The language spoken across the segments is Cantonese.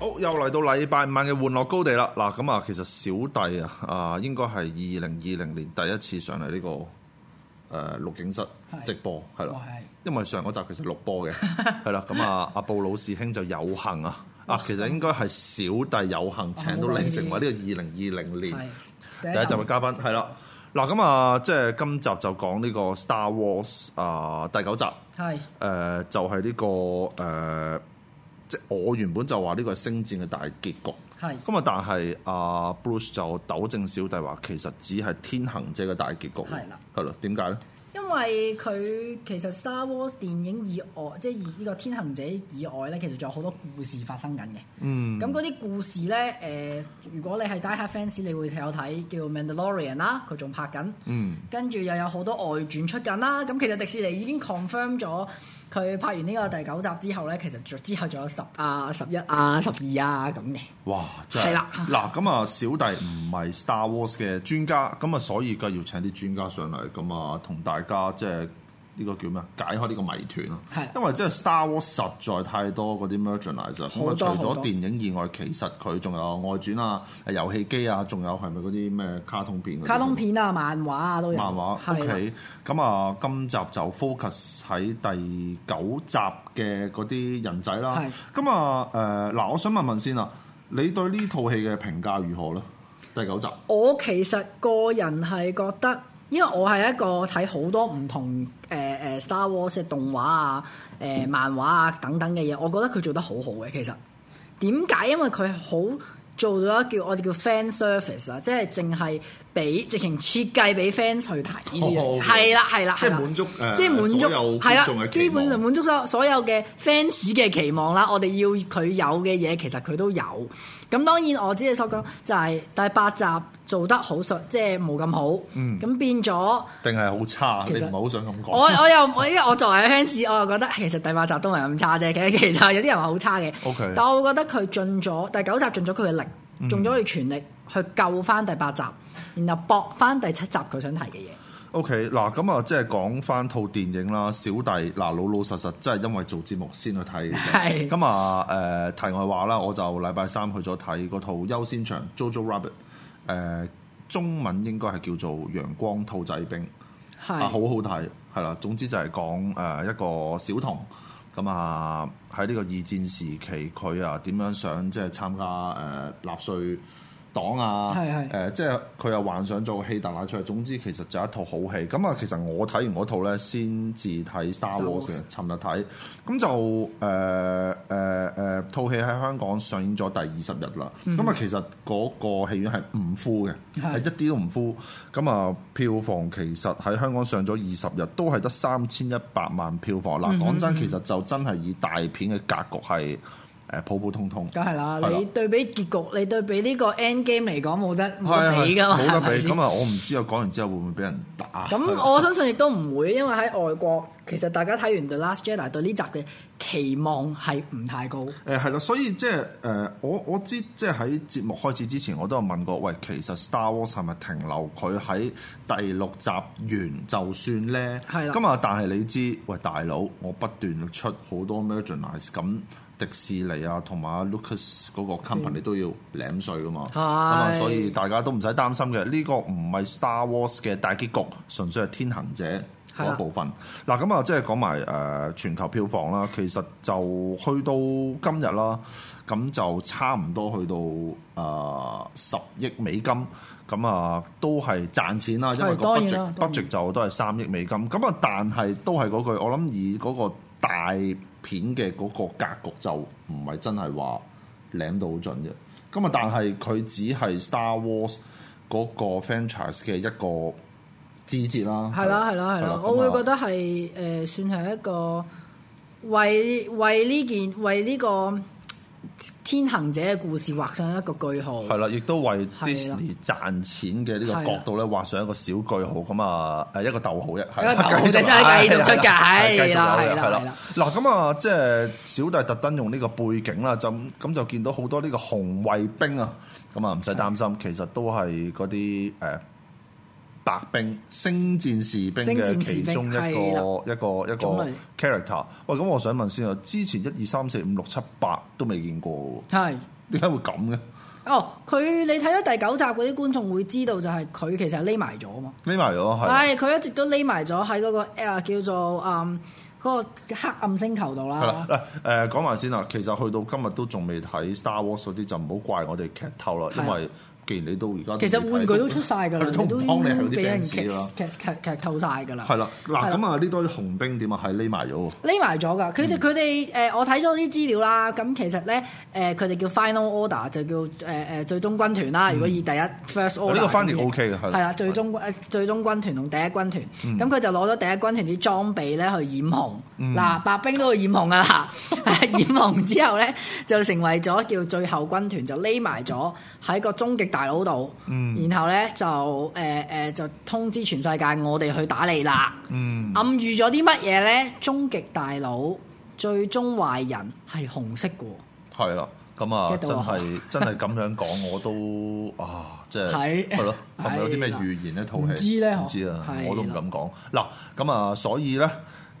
又嚟到禮拜五晚嘅玩樂高地啦。嗱，咁啊，其實小弟啊，啊，應該係二零二零年第一次上嚟呢、個誒、呃、錄影室係直播，係啦哦係。因為上嗰集其實錄播嘅，係啦。咁啊，阿布魯士兄就有幸啊，啊，其實應該係小弟有幸請到你成為呢個二零二零年。第嗯第一集嘅嘉賓係啦。嗱咁啊，即係今集就講呢個 Star Wars 啊、第九集，誒、係呃就係、呢、個誒、即係我原本就話呢個係星戰嘅大結局。係咁啊，但係啊 Bruce 就糾正小弟話，其實只係天行者嘅大結局。係啦，係啦，點解咧？因為佢其實 Star Wars 電影以外，即係以呢個天行者以外咧，其實仲有好多故事發生緊嘅。嗯，咁嗰啲故事咧，誒、如果你係 Die Hard fans，你會有睇叫 Mandalorian 啦，佢仲拍緊。嗯，跟住又有好多外傳出緊啦。咁其實迪士尼已經 confirm 咗佢拍完呢個第九集之後咧，其實之後仲有十啊、十一啊、十二啊咁嘅。哇！真係係啦嗱，咁啊，小弟唔係 Star Wars 嘅專家，咁啊，所以梗係要請啲專家上嚟，咁啊，同大家即係呢個叫咩啊？解開呢個謎團咯。係因為即係 Star Wars 實在太多嗰啲 merchandise 啦咁好啊，多除好咗多電影以外，其實佢仲有外傳啊、遊戲機啊，仲有係咪嗰啲咩卡通片嗰啲？卡通片啊、漫畫啊都有。漫畫係啦 OK，咁啊，今集就 focus 喺第九集嘅嗰啲人仔啦。咁啊，誒、嗱，我想問問先啦，你對呢套戲嘅評價如何咧？第九集，我其實個人係覺得，因為我係一個睇好多唔同誒誒、呃 Star Wars 嘅動畫啊、誒、漫畫啊等等嘅嘢，我覺得佢做得好好嘅。其實點解？因為佢好做到一叫我哋叫 fan service 啊，即係淨係俾直情設計俾 fans 去睇呢哦樣嘢。係啦係啦，即係係啦滿足誒即係滿所有足係觀眾啦，嘅期基望本上滿足所所有嘅 fans 嘅期望啦。我哋要佢有嘅嘢，其實佢都有。咁當然我只係所講就係第八集做得好熟，即係冇咁好。嗯咁變咗。定係好差？其你實唔係好想咁講？我我又我因為我作為 fans，我又覺得其實第八集都唔係咁差啫。其實其 實有啲人話好差嘅 OK 嗯但我會覺得佢盡咗第九集盡咗佢嘅力，盡咗佢全力去救翻第八集，然後搏翻第七集佢想提嘅嘢。 OK，嗱咁啊，即係講翻套電影啦，小弟嗱老老實實，真係因為做節目先去睇嘅啫。 係咁啊誒，題外話啦，我就禮拜三去咗睇嗰套優先場《Jojo Rabbit》，誒中文應該係叫做《陽光兔仔兵》。係啊，好好睇，係啦。總之就係講誒一個小童咁啊，喺呢個二戰時期，佢啊點樣想即係參加誒、呃納粹黨啊，係係誒即係佢又幻想做希特拉出嚟。總之其實就一套好戲。咁啊，其實我睇完嗰套咧，先至睇 Star Wars 嘅 Wars，尋日睇。咁就誒誒誒，套戲喺香港上映咗第二十日啦。咁啊、其實嗰個戲院係唔 full 嘅，嗯係係一啲都唔 full。咁啊，票房其實喺香港上咗二十日，都係得三千一百萬票房。嗯嗱，講真，其實就真係以大片嘅格局係誒普普通通。梗係啦，係啦你對比結局，你對比呢個 end game 嚟講，冇得冇係得比噶嘛，冇得係咪比。先咁啊，我唔知我講完之後會唔會俾人打。啊係啦咁我相信亦都唔會，因為喺外國，其實大家睇完 The Last Jedi 對呢集嘅期望係唔太高。誒係啦，所以即係誒，我我知即係喺節目開始之前，我都有問過，喂，其實 Star Wars 係咪停留佢喺第六集完就算咧？係啦咁啊，但係你知，喂大佬，我不斷出好多 merchandise，咁迪士尼啊同埋 Lucas 嗰個 company 都要舐税噶嘛，嗯係咁啊，所以大家都唔使擔心嘅，呢、個唔係 Star Wars 嘅大結局，純粹係天行者。係嗰啦一部分。嗱，咁啊，即係講埋誒全球票房啦，其實就去到今日啦，咁就差唔多去到誒十、億美金，咁啊都係賺錢啦，因為係個當然啦 budget 當然 budget 就都係三億美金，咁啊，但係都係嗰句，我諗以嗰個大片嘅嗰個格局就唔係真係話舐到好盡嘅，咁啊，但係佢只係 Star Wars 嗰個 franchise 嘅一個枝節啦，係啦，係啦，係啦，我咁會啊覺得係誒、呃算係一個為為呢件為呢個天行者嘅故事畫上一個句號。係啦，亦都為係啦 Disney 賺錢嘅呢個角度咧畫上一個小句號，咁啊誒一個逗號一，係一個逗號 繼續就真係繼續出㗎係繼續係啦有嘅係啦係係啦啦。嗱咁啊，即係小弟特登用呢個背景啦，就咁咁就見到好多呢個紅衛兵啊，咁啊唔使擔心，其實都係嗰啲誒。白冰星戰士兵星嘅戰士其兵中一個係啦一個一種類個 character。喂，咁我想問先啊，之前一二三四五六七八都未見過喎，係。點解會咁嘅？哦，佢你睇到第九集嗰啲觀眾會知道，就係佢其實係匿埋咗啊嘛。匿埋咗係係，佢一直都匿埋咗喺嗰個呃叫做嗯嗰、個黑暗星球度係啦啦。嗱誒講埋先啦，啊其實去到今日都仲未睇 Star Wars 嗰啲就唔好怪我哋劇透啦，因係啊為既然你都而家其實玩具都出晒㗎啦，我哋都唔都幫你係有已經啲俾人 fans 劇啦劇劇劇透晒㗎啦。係啦，係嗱啦咁啊呢堆紅兵點啊係匿埋咗喎，匿埋咗㗎，佢嗯哋佢哋誒，我睇咗啲資料啦。咁其實咧，誒佢哋叫 final order 就叫誒誒最終軍團啦。如果以第一 first order 嗯哦呢個翻譯咁 OK 嘅係啦嗯係啦，最終誒最終軍團同第一軍團。咁佢就攞咗第一軍團啲裝備咧去染紅。嗱，白冰都去染紅㗎啦， 染紅之後咧就成為咗叫最後軍團，就匿埋咗喺個終極大佬度。嗯然後咧就誒誒就通知全世界，我哋去打你啦。嗯，暗喻咗啲乜嘢呢？終極大佬最終壞人係紅色嘅係啦。咁啊，一真到啊係 真係咁樣講，我都啊，即係係係咯，係咪有啲咩係啦預言呢套戲唔知呢唔知啊，係我都唔啦敢講。嗱，咁啊，所以咧，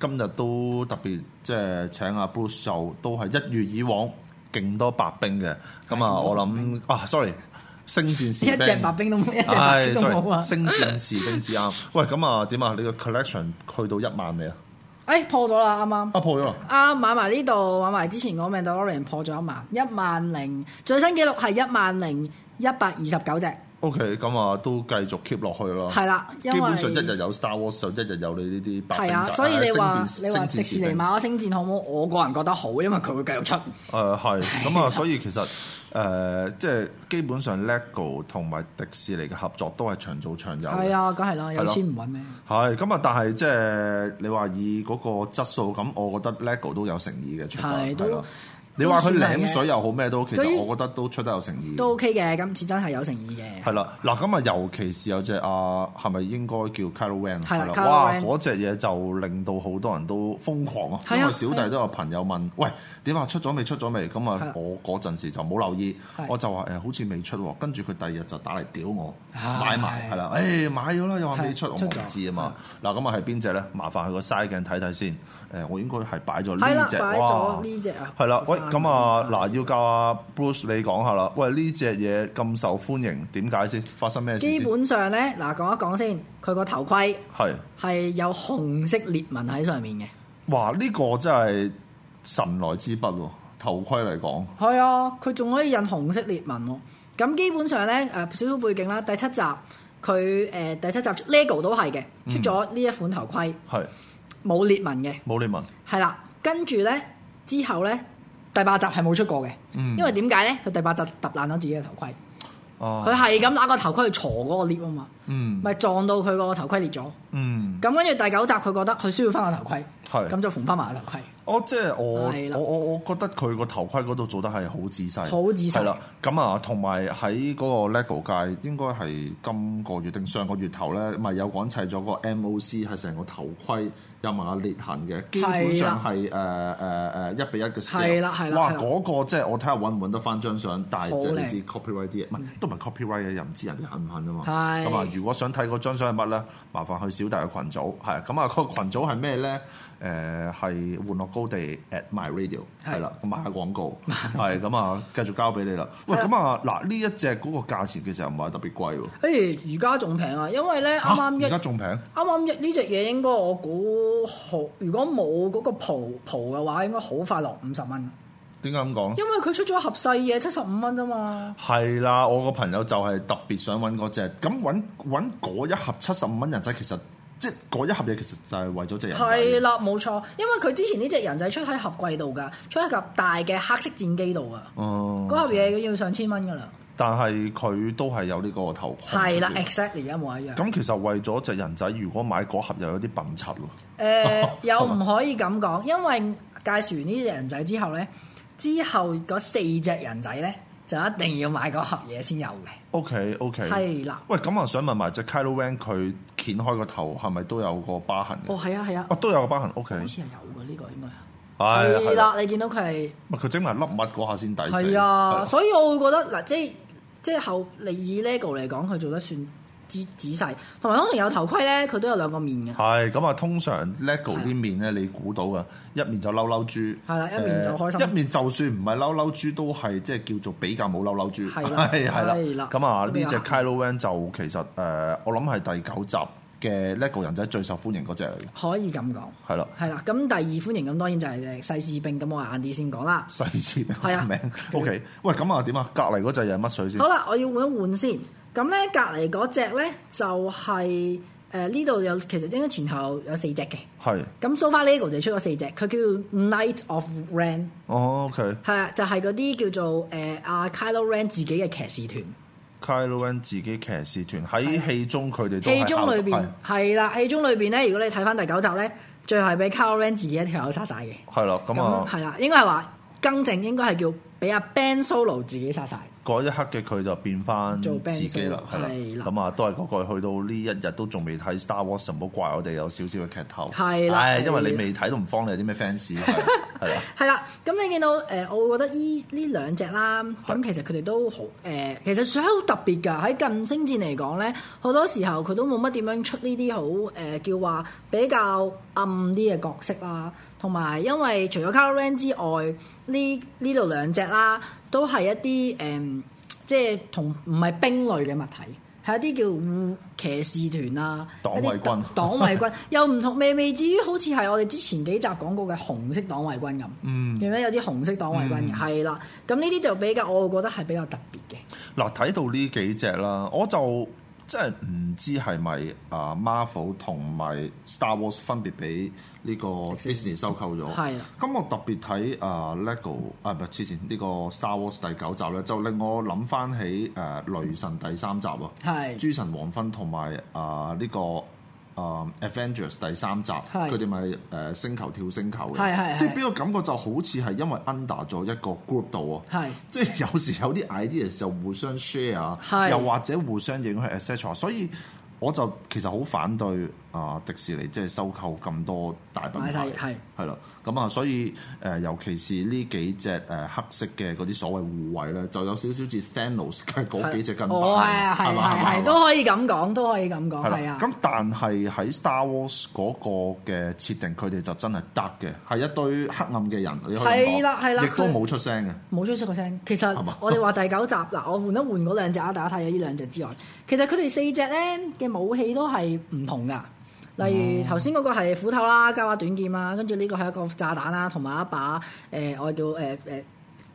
今日都特別即係請阿 Bruce 就都係一如以往，勁多白兵嘅。咁啊，係我諗啊，sorry，星戰士喎，一隻兵白。冰都冇，一隻白唉色都冇，sorry，啊！星戰士兵至啱。喂，咁啊點啊？你個 collection 去到一萬未啊？哎，破咗啦，啱啱。啊破咗啦！啊！買埋呢度，買埋之前嗰 Mandalorian 破咗一萬，一萬零最新紀錄係一萬零一百二十九隻， OK，咁啊都繼續 keep 落去啦。係啦，因為哦基本上一日有 Star Wars 就一日有你呢啲白係兵啊，仔所以你啊話星你戰話星戰迪士尼士兵買咗星戰好唔好？我個人覺得好，因為佢會繼續出。誒係，咁啊，所 以其實誒、即係基本上 LEGO 同埋迪士尼嘅合作都係長做長有係嘅。啊，梗係啦，係有咯錢唔揾咩？係咁啊，但係即係你話以嗰個質素咁，我覺得 LEGO 都有誠意嘅出得係都係咯。你話佢都算係嘅舐水又好咩都，其對於實我覺得都出得有誠意。都 OK 嘅，今次真係有誠意嘅。係啦，嗱咁啊，尤其是有隻啊，係咪應該叫 Kylo Ren？啊係啦係 Kylo 哇！ Ren 嗰只嘢就令到好多人都瘋狂啊，係啊因為小弟都有朋友問：喂，點啊？出咗未？出咗未？咁係啊啦，我嗰陣時就冇留意係，我就話誒，好似未出喎。跟住佢第二日就打嚟屌我，唉買埋係啦，誒買咗啦，又話未出，係我出咗唔知啊嘛。嗱咁啊，係邊只咧？麻煩去個 side 鏡睇睇先。誒，我應該係擺咗呢係啦，只擺哇咗！呢只啊。係啦，喂，翻咁啊，嗱，要教阿 Bruce 你講下啦。喂，呢只嘢咁受歡迎，點解先？發生咩事基先？本上咧，嗱講一講先，佢個頭盔係，係有紅色裂紋喺上面嘅。哇！呢、個真係神來之筆喎，頭盔嚟講，係啊，佢仲可以印紅色裂紋喎。咁基本上咧，誒、少少背景啦，第七集佢誒、呃第七集 LEGO 都係嘅，出咗呢一款頭盔係冇裂紋嘅，冇你問，係啦。跟住咧之後咧，第八集係冇出過嘅，嗯因為點解咧？佢第八集揼爛咗自己嘅頭盔，佢啊，係咁揦個頭盔去鋤嗰個裂啊嘛，嗯咪撞到佢個頭盔裂咗。嗯，咁跟住第九集佢覺得佢需要翻個頭盔，係咁就縫翻埋個頭盔。我哦即係我係啦我我我覺得佢個頭盔嗰度做得係好仔細，好仔細係啦。咁啊，同埋喺嗰個 LEGO 界，應該係今個月定上個月頭咧，咪有講砌咗個 MOC 係成個頭盔有埋個裂痕嘅，基本上係誒誒誒一比一嘅 scale 係啦係啦哇！係啦嗰個即係我睇下揾唔揾得翻張相，但係即係好靚嗯你知 copyright 啲嘢，唔係都唔係 copyright 嘅，又唔知人哋肯唔肯啊嘛。係咁啊，如果想睇嗰張相係乜咧，麻煩去小弟嘅群組，係咁啊，個 群組係咩咧？誒、係玩樂高地 at my radio 係係啦，我賣下廣告， 係咁啊，繼續交俾你啦。喂，咁啊，嗱呢一隻嗰個價錢其實又唔係特別貴喎，誒，而家仲平啊，因為咧啱啱嚇而一家仲平，啱啱一呢只嘢應該我估好，如果冇嗰個蒲蒲嘅話，應該好快落五十哦蚊。點解咁講？因為佢出咗盒細嘢七十五蚊啫嘛。係啦，我個朋友就係特別想揾嗰只，咁揾揾嗰一盒七十五蚊人仔，其實即係嗰一盒嘢，其實就係為咗隻人仔。係啦，冇錯，因為佢之前呢只人仔出喺盒櫃度㗎，出喺盒大嘅黑色戰機度啊，嗯嗰，盒嘢要上千蚊㗎啦。但係佢都係有呢個頭盔。係啦，exactly 一模一樣。咁其實為咗只人仔，如果買嗰盒又有啲笨柒喎。誒、呃 又唔可以咁講，因為介紹完呢只人仔之後咧，之後嗰四隻人仔咧就一定要買嗰盒嘢先有嘅， O K O K，係啦。喂，咁我啊想問埋只 Kylo Ren 佢掀開個頭係咪都有個疤痕嘅？哦，係啊，係啊，啊，都有個疤痕。O K，好似係有嘅呢、個應該。係係，啊啦，你見到佢係咪佢整埋粒物嗰下先抵死。係啊，所以我會覺得嗱，即係即係後你以 LEGO 嚟講，佢做得算仔仔細，同埋通常有頭盔咧，佢都有兩個面嘅。係咁啊，通常 LEGO 啲面咧，你估到噶，一面就嬲嬲豬，係啦一面就開心誒一面就算唔係嬲嬲豬，都係即係叫做比較冇嬲嬲豬，係 啦係係啦啦。咁啊，都比呢只較硬 Kylo Ren 就其實誒，我諗係第九集嘅 LEGO 人仔最受歡迎嗰只嚟嘅，可以咁講，係啦，係啦。咁第二歡迎咁當然就係誒細士兵，咁我晏啲先講啦。細節係啊 名。OK，喂，咁啊點啊？隔離嗰只又係乜水先好？啦，我要換一換先。咁咧隔離嗰只咧就係誒呢度有，其實應該前後有四隻嘅。係，咁 so far LEGO 就出咗四隻，佢叫 Knight of Ren，哦，OK，Kylo 係啊，就係嗰啲叫做誒阿、Kylo Ren 自己嘅騎士團。 Ren 自己騎士團喺戲中佢哋都係戲中裏效邊係係啦，戲中裏邊咧，如果你睇翻第九集咧，最後係俾 Kylo Ren 自己一條友殺晒嘅。係啦，咁咁啊係啦，應該係話更正，應該係叫俾阿 Ben Solo 自己殺晒。嗰一刻嘅佢就變翻做 Ben 自己啦， Solo，係啦，係啦咁啊都係嗰句，去到呢一日都仲未睇 Star Wars，唔好怪我哋有少少嘅劇透，係啦唉係因為你未睇都唔慌，你有啲咩 fans 係係啦，係啦，咁你見到誒、呃我會覺得依呢兩隻啦，咁其實佢哋都好誒、呃其實想好特別㗎。喺近星戰嚟講咧，好多時候佢都冇乜點樣出呢啲好誒叫話比較暗啲嘅角色啦，同埋因為除咗 Kylo Ren 之外，呢呢度兩隻啦，都係一啲誒、呃即係同唔係兵類嘅物體。係一啲叫騎士團啊，黨一啲衛軍黨衛 軍又唔同，未未至於好似係我哋之前幾集講過嘅紅色黨衛軍咁。嗯。記唔記得有啲紅色黨衛軍嘅？係啦、咁呢啲就比較，我會覺得係比較特別嘅。嗱，睇到呢幾隻啦，我就真係唔知係咪啊 Marvel 同埋 Star Wars 分別俾呢個 Disney 收購咗。係啊啦咁我特別睇啊 LEGO 啊，唔係之前呢個 Star Wars 第九集咧，就令我諗翻起誒、啊雷神第三集啊，係諸神黃昏同埋啊呢個。啊 Avengers》第三集，係佢哋咪誒星球跳星球係嘅，係係即係俾我感覺就好似係因為 under 咗一個 group 度啊。係即係有時有啲 ideas 就互相 share 啊，係又或者互相影響 etc。所以我就其實好反對啊、迪士尼即係收購咁多大品牌買晒，係係啦。咁啊，所以誒、呃尤其是呢幾隻誒、呃黑色嘅嗰啲所謂護衛咧，就有少少似 Thanos 嘅嗰幾隻跟班，哦，係啊，係係嘛係係，嘛都可以咁講，都可以咁講，係係啦啊，。咁但係喺 Star Wars 嗰個嘅設定，佢哋就真係得嘅，係一堆黑暗嘅人，你可以咁講係啦係啦亦都佢冇出聲嘅。冇出息個聲。其實係嘛我哋話第九集嗱，我換一換嗰兩隻啊，大家睇咗呢兩隻之外，其實佢哋四隻咧嘅武器都係唔同噶。嗯例如頭先嗰個係斧頭啦、加把短劍啦，跟住呢個係一個炸彈啦，同埋一把誒、呃我叫誒誒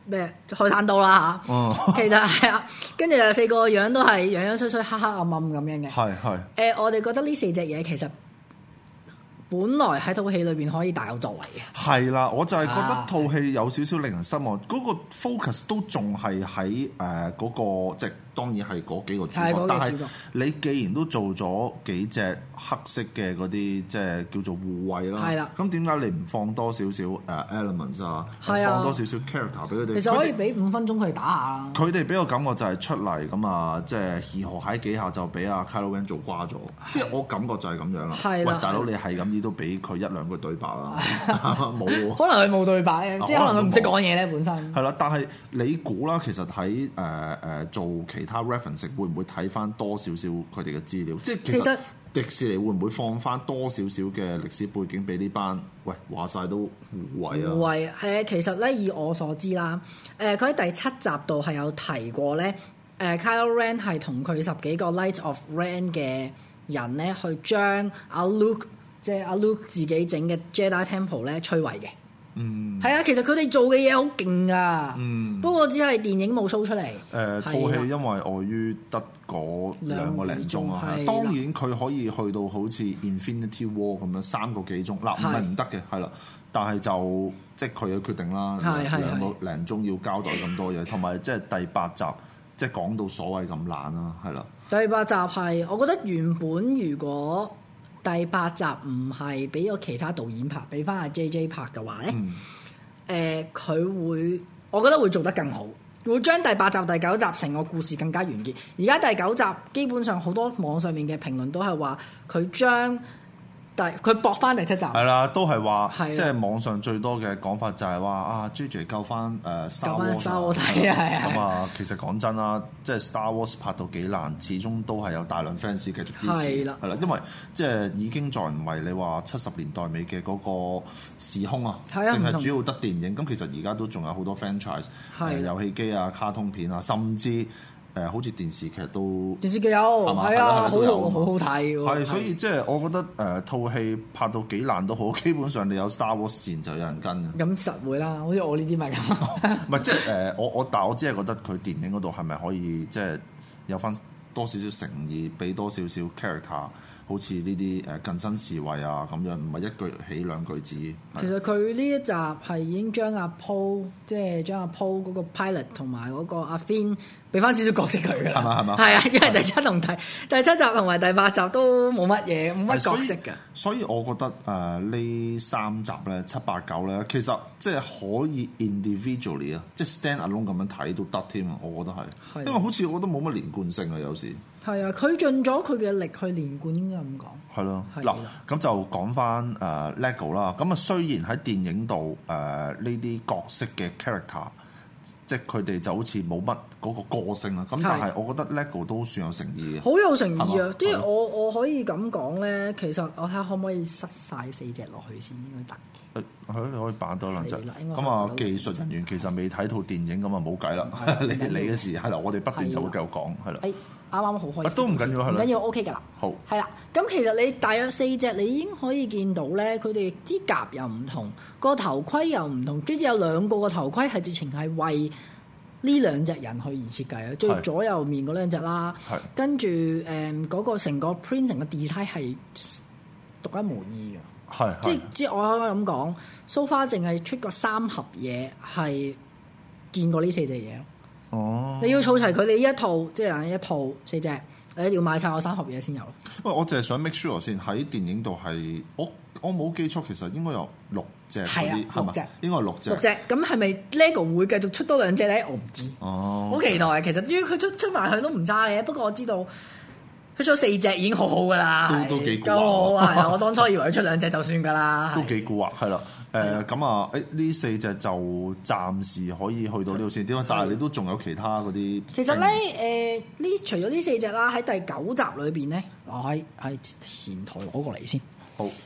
咩開山刀啦嚇。哦 其實係啊，跟住有四個樣都係樣樣衰衰、黑黑暗暗咁樣嘅。誒、呃係係。我哋覺得呢四隻嘢其實本來喺套戲裏邊可以大有作為嘅。係啦，我就係覺得啊套戲有少少令人失望，嗰、個 focus 都仲係喺誒嗰個，即係當然係嗰幾個主角，係嗰幾個但係主角你既然都做咗幾隻黑色嘅嗰啲，即係叫做護衛啦，係啦咁點解你唔放多少少誒 elements 啊，係啊放多少少 character 俾佢哋？其實可以佢哋俾五分鐘佢哋打下啦。佢哋俾我感覺就係出嚟咁啊，即係嘻河蟹幾下就俾阿 Kylo Ren 做瓜咗，即係我感覺就係咁樣啦。係喂啦，大佬你係咁，你都俾佢一兩句對白 啦， 冇喎。可能佢冇對白啊咧，即係可能佢唔識講嘢咧，本身係啦，但係你估啦，其實喺誒誒做其他 reference 會唔會睇翻多少少佢哋嘅資料？即係其其實實迪士尼會唔會放翻多少少嘅歷史背景俾呢班？喂，話晒都互惠啊！喂，誒，其實咧，以我所知啦，誒，佢喺第七集度係有提過咧，誒，Kylo Ren 係同佢十幾個 Light of Ren 嘅人咧，去將阿 Luke 即係阿 Luke 自己整嘅 Jedi Temple 咧摧毀嘅。嗯，係啊，其實佢哋做嘅嘢好勁噶，嗯不過只係電影冇 show 出嚟。誒呃套係啦啊戲因為礙於得嗰兩個零鐘啊，兩個幾鐘係啦當然佢可以去到好似 Infinity War 咁樣三個幾鐘，嗱唔係係唔得嘅，係啦，但係就即係佢嘅決定啦，係係兩個零鐘要交代咁多嘢，同埋即係第八集即係講到所謂咁懶啦，係啦，第八集係，我覺得原本如果第八集唔係俾個其他導演拍，俾翻阿 J J 拍嘅話咧，誒佢、嗯會，我覺得會做得更好，會將第八集、第九集成個故事更加完結。而家第九集基本上好多網上面嘅評論都係話佢將但係佢駁翻第七集，係啦，都係話係啊即係網上最多嘅講法就係話啊，JJ 救翻誒 Star 救返 Star Wars Wars，係啊係啊咁啊，其實講真啦，即係 Star Wars 拍到幾爛，始終都係有大量 fans 繼續支持，係啦係啦，因為即係已經再唔係你話七十年代尾嘅嗰個時空啊，係啊淨唔係同主要得電影，咁其實而家都仲有好多 franchise，係誒遊戲機啊、卡通片啊，甚至誒好似電視劇都。電視劇有，嘛係係啦係啊，啦好都有好好好睇喎。係，所以即係我覺得誒套戲拍到幾爛都好， 基本上你有 Star Wars 線就有人跟嘅。咁實會啦，好似我呢啲咪咁。唔係即係誒、呃我我但係我只係覺得佢電影嗰度係咪可以即係有翻多少少誠意，俾多少少 character，好似呢啲誒近身侍衛啊咁樣，唔係一句起兩句止。其實佢呢一集係已經將阿 Paul，即係將阿 Paul 嗰個 pilot 同埋嗰個阿 Fin 俾翻少少角色佢㗎啦。係嘛係嘛係啊，因為第七同第第七集同埋第八集都冇乜嘢，冇乜角色㗎。所以，所以我覺得誒呢、三集咧，七八九咧，其實即係可以 individually 啊，即係 stand alone 咁樣睇都得添啊！我覺得係係，因為好似我覺得冇乜連貫性啊，有時。係啊，佢盡咗佢嘅力去連貫，應該咁講。係咯，係嗱啦咁就講翻誒 LEGO 啦。咁啊，雖然喺電影度誒呢啲角色嘅 character，即係佢哋就好似冇乜嗰個個性啦。咁係但係我覺得 LEGO 都算有誠意嘅。好有誠意係啊嘛！即係係咯我我可以咁講咧，其實我睇下可唔可以塞晒四隻落去先，應該得嘅。誒係咯，你可以扮多兩隻。係啦應該咁啊係，技術人員其實未睇套電影，咁啊冇計啦。你唔緊要 你嘅事係啦，我哋不啊斷就會繼續講係啦。誒哎啱啱好可啊以，都唔緊要係唔啦緊要 OK 㗎啦。好係啦，咁其實你大約四隻，你已經可以見到咧，佢哋啲甲又唔同，個頭盔又唔同，跟住有兩個個頭盔係直情係為呢兩隻人去而設計啊，最係左右面嗰兩隻啦係，跟住誒嗰個成個 print 成個 design 係獨一無二嘅。係即係係即係我可以咁講蘇花淨係出過三盒嘢係見過呢四隻嘢咯。哦。你要儲齊佢哋呢一套，即係嗱一套四隻，你一定要買晒我三盒嘢先有。喂，我淨係想 make sure 先喺電影度係我我冇記錯，其實應該有六隻嗰係啲啊係六隻咪？應該係六隻六隻，咁係咪 LEGO 會繼續出多兩隻咧？我唔知，哦。好期待啊！其實於佢出出埋去都唔差嘅，不過我知道佢出咗四隻已經好好噶啦，都都幾古惑夠好啊！係啊我當初以為佢出兩隻就算噶啦，都係幾蠱惑，係啦。誒咁啊，誒呢四隻就暫時可以去到呢度先。點啊解？但係你都仲有其他嗰啲。其實咧，誒、呢除咗呢四隻啦，喺第九集裏邊咧，我喺喺前台攞過嚟先，好，係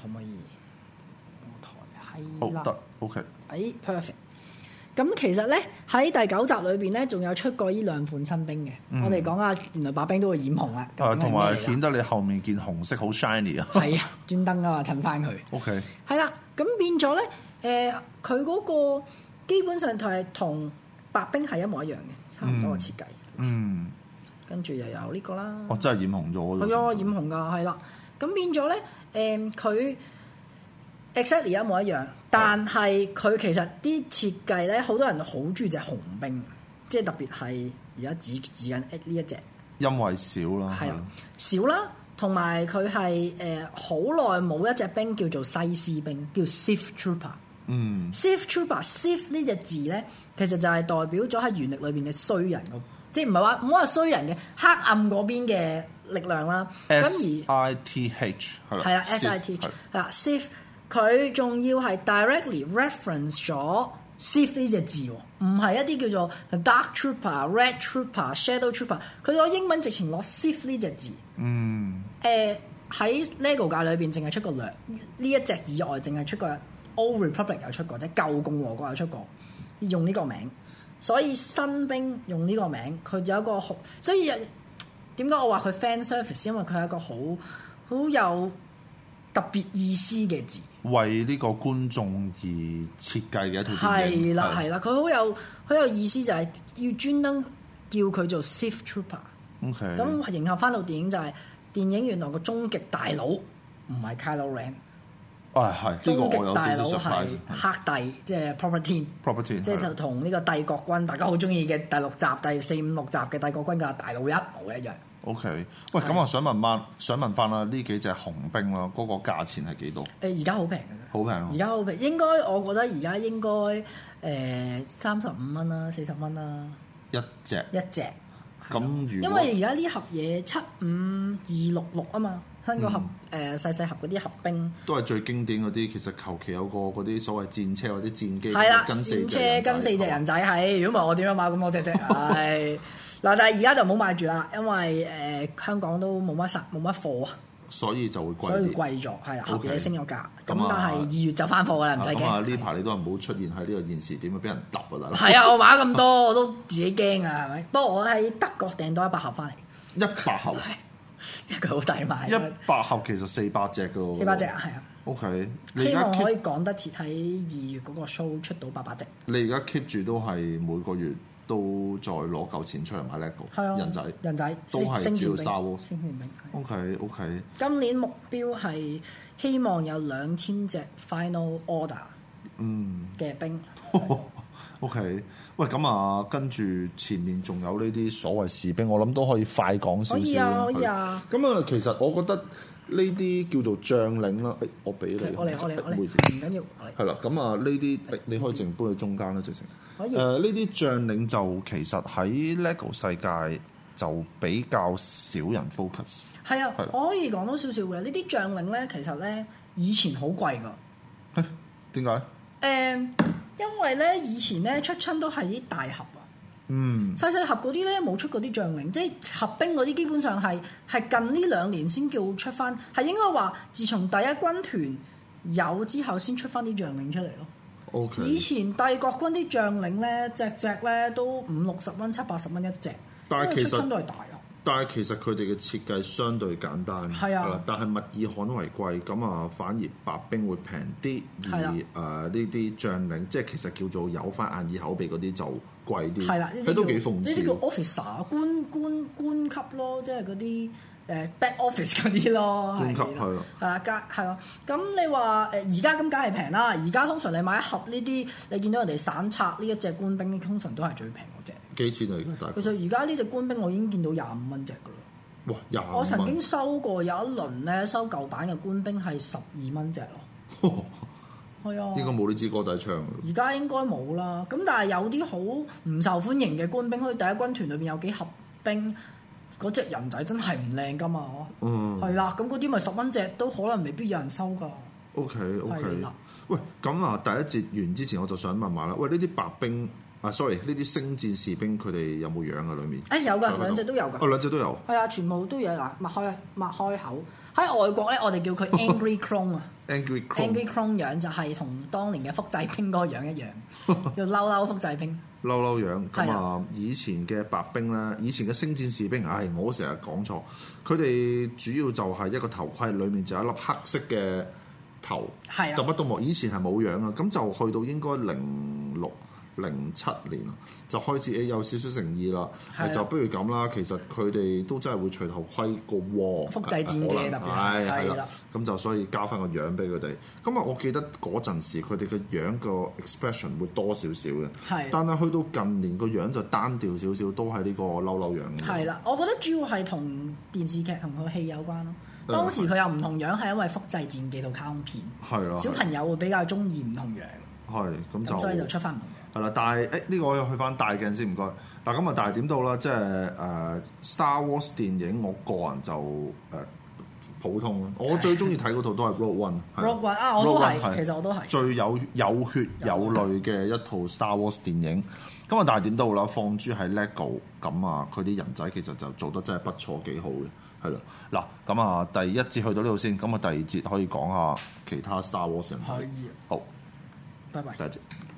可唔可以？台好係啦，得，OK。誒哎 perfect。咁其實咧喺第九集裏邊咧，仲有出過呢兩款新兵嘅，我哋講啊，原來把兵都會染紅啊啦，究誒，嗯啊竟係同埋咩嚟㗎顯得你後面件紅色好 shiny 啊。係啊，專登啊嘛，襯翻佢。 OK，係啦，咁變咗咧，誒佢嗰個基本上就係同白冰係一模一樣嘅，差唔多嘅設計。嗯，跟住又有呢個啦，我真係染紅咗喎。係啊，染紅㗎，係啦。咁變咗咧，誒佢 exactly 一模一樣，但係佢其實啲設計咧，好多人好中意隻紅兵，即係特別係而家指指緊呢一隻。因為少啦。係啊係啦啦，少啦，同埋佢係誒好耐冇一隻兵叫做西斯兵，叫 Sith Trooper。嗯， Sith Trooper，Sith 呢隻字咧，其實就係代表咗喺原力裏邊嘅衰人嗰，即係唔係話唔好話衰人嘅黑暗嗰邊嘅力量啦。咁 S I T H 係而啦。係啦 Sith， ，S I T 係係啦，Sith 佢仲要係 directly reference 咗 Sith 呢隻字喎，唔係一啲叫做 Dark Trooper、Red Trooper、Shadow Trooper，佢攞英文直情攞 Sith 呢隻字。嗯，誒喺 LEGO 界裏邊，淨係出過兩呢一隻以外，淨係出過 Old Republic 有出過，即係舊共和國有出過，用呢個名。所以新兵用呢個名，佢有一個好，所以有點解我話佢 fan service，因為佢係一個好好有特別意思嘅字。為呢個觀眾而設計嘅一套電影。係啦，係啦，佢好有好有意思，就係要專登叫佢做 Sith Trooper。 OK。咁迎合翻到電影就係、電影原來個終極大佬唔係 Kylo Ren，啊係，呢個終我極有大少少佬 surprise 係。黑帝，即係 Palpatine， Property 即係就同呢個帝國軍大家好中意嘅第六集、第四五六集嘅帝國軍嘅大佬一模一樣。 O K，喂，咁我想問翻，想問翻啦，呢幾隻紅兵啦，嗰、個價錢係幾多？誒而家好平嘅啫，好平啊而喎，家好平，應該我覺得而家應該誒三十五蚊啦、四十蚊啦一隻。一隻，咁如因果為而家呢盒嘢七五六六啊嘛，新嗰盒嗯誒細細盒嗰啲合兵。都係最經典嗰啲，其實求其有個嗰啲所謂戰車或者戰機，係啦，跟四戰隻車人仔跟四隻人仔係，如果唔係我點樣買咁多隻 啫？係嗱，但係而家就唔好買住啦，因為誒、呃香港都冇乜實冇乜貨啊，所以就會貴所以啲。貴咗係啦，合 OK 嘢升咗價。咁但咁啊係二月就翻貨噶啦，唔使咁啊，驚。呢排你都係冇出現喺呢個現時點啊，俾人揼啊，大 佬！係啊，我買咁多我都自己驚啊，係咪？不過我喺德國訂多一百盒翻嚟，一百盒，因為佢好抵買，一百盒其實四百隻噶喎。四百隻啊，係啊。 O K，你而希家望可 keep，以趕得切喺二月嗰個 show 出到八百隻。你而家 keep 住都係每個月都再攞嚿錢出嚟買 LEGO 係啊，人仔。人仔都係星主要戰兵 Star Wars 星戰兵係 O K O K，今年目標係希望有兩千隻 final order 嗯嘅兵， ，O K。喂，咁啊，跟住前面仲有呢啲所謂士兵，我諗都可以快講少可少。以啊，可以。啊。咁啊，其實我覺得呢啲叫做將領啦，誒，我俾你。我嚟，我嚟，我唔嚟，好唔意思緊要，我嚟。係啦，咁啊呢啲你可以淨搬去中間啦，直情。可誒以呢啲將領就其實喺 LEGO 世界就比較少人 focus。係啊係啦，我可以講多少少嘅。呢啲將領咧，其實咧以前好貴㗎。點解？誒，因為咧以前咧出親都係啲大盒啊。嗯，細細盒嗰啲咧冇出嗰啲將領，即係合兵嗰啲基本上係係近呢兩年先叫出翻，係應該話自從第一軍團有之後先出翻啲將領出嚟咯。 O K，以前帝國軍啲將領咧，隻隻咧都五六十蚊、七八十蚊一隻，但係因為其實出親都係大啊盒，但係其實佢哋嘅設計相對簡單，係啊啦但係物以罕為貴，咁啊反而白兵會平啲，而係誒啦呢啲將領即係其實叫做有翻眼耳口鼻嗰啲就貴啲，係啦，呢佢啲都叫幾諷呢啲叫刺。 officer 官官官級咯，即係嗰啲誒 back office 嗰啲咯，官級係啦係啊係啦，加係咯。咁你話誒而家咁梗係平啦，而家通常你買一盒呢啲，你見到人哋散拆呢一隻官兵，通常都係最平嗰只。幾錢啊？而家大概其實而家呢只官兵我已經見到廿五蚊隻噶啦。哇廿我曾經 蚊，收過有一輪咧，收舊版嘅官兵係十二蚊隻咯。係啊，應該冇呢支歌仔唱㗎。而家應該冇啦。咁但係有啲好唔受歡迎嘅官兵，好似第一軍團裏邊有幾合兵，嗰只人仔真係唔靚噶嘛。嗯係啦，咁嗰啲咪十蚊隻都可能未必有人收㗎。 ，OK OK 係啦。喂，咁啊，第一節完之前我就想問下啦，喂，呢啲白兵啊，sorry，呢啲星戰士兵佢哋有冇樣啊？裡面誒有在嗰㗎，度兩隻都有哦，㗎。兩隻都有。係啊，全部都有嗱，擘開擘開口。喺外國咧，我哋叫佢 Angry Clone 啊 Angry ，Angry Clone， Clone 樣就係同當年嘅複製兵嗰個樣 一樣，叫嬲嬲複製兵。嬲嬲樣。咁係啊，以前嘅白兵咧，以前嘅星戰士兵，唉，我成日講錯，佢哋主要就係一個頭盔，裡面就有一粒黑色嘅頭，係啊就乜都冇。以前係冇樣啊，咁就去到應該零六。零七年啊就開始誒有少少誠意啦，係啊就不如咁啦。其實佢哋都真係會除頭盔個喎，複製戰可能嘅特別係係係係啦啦。咁就所以加翻個樣俾佢哋。咁啊，我記得嗰陣時佢哋嘅樣個 expression 會多少少嘅，係啊但係去到近年個樣就單調少少，都係呢個嬲嬲樣嘅。係啦，我覺得主要係同電視劇同佢戲有關咯。嗯當時佢又唔同樣，係因為複製戰記到卡通片，係啦，小朋友會比較中意唔同樣，係咁就咁所以就出翻唔同樣。係啦。但係誒呢個我要去翻大鏡先，唔該。嗱咁啊，但係點到啦？即係誒、呃 Star Wars 電影，我個人就誒、呃普通啦。我最中意睇嗰套都係 Rogue One 係啦。 Rogue One 啊，我都 Rogue One，係，其實我都係。最有有血有淚嘅一套 Star Wars 電影。咁啊，但係點都好啦，放諸喺 LEGO 咁啊，佢啲人仔其實就做得真係不錯，幾好嘅，係啦。嗱，咁啊，第一節去到呢度先，咁啊，第二節可以講下其他 Star Wars 人仔可以。好，拜拜第。一節。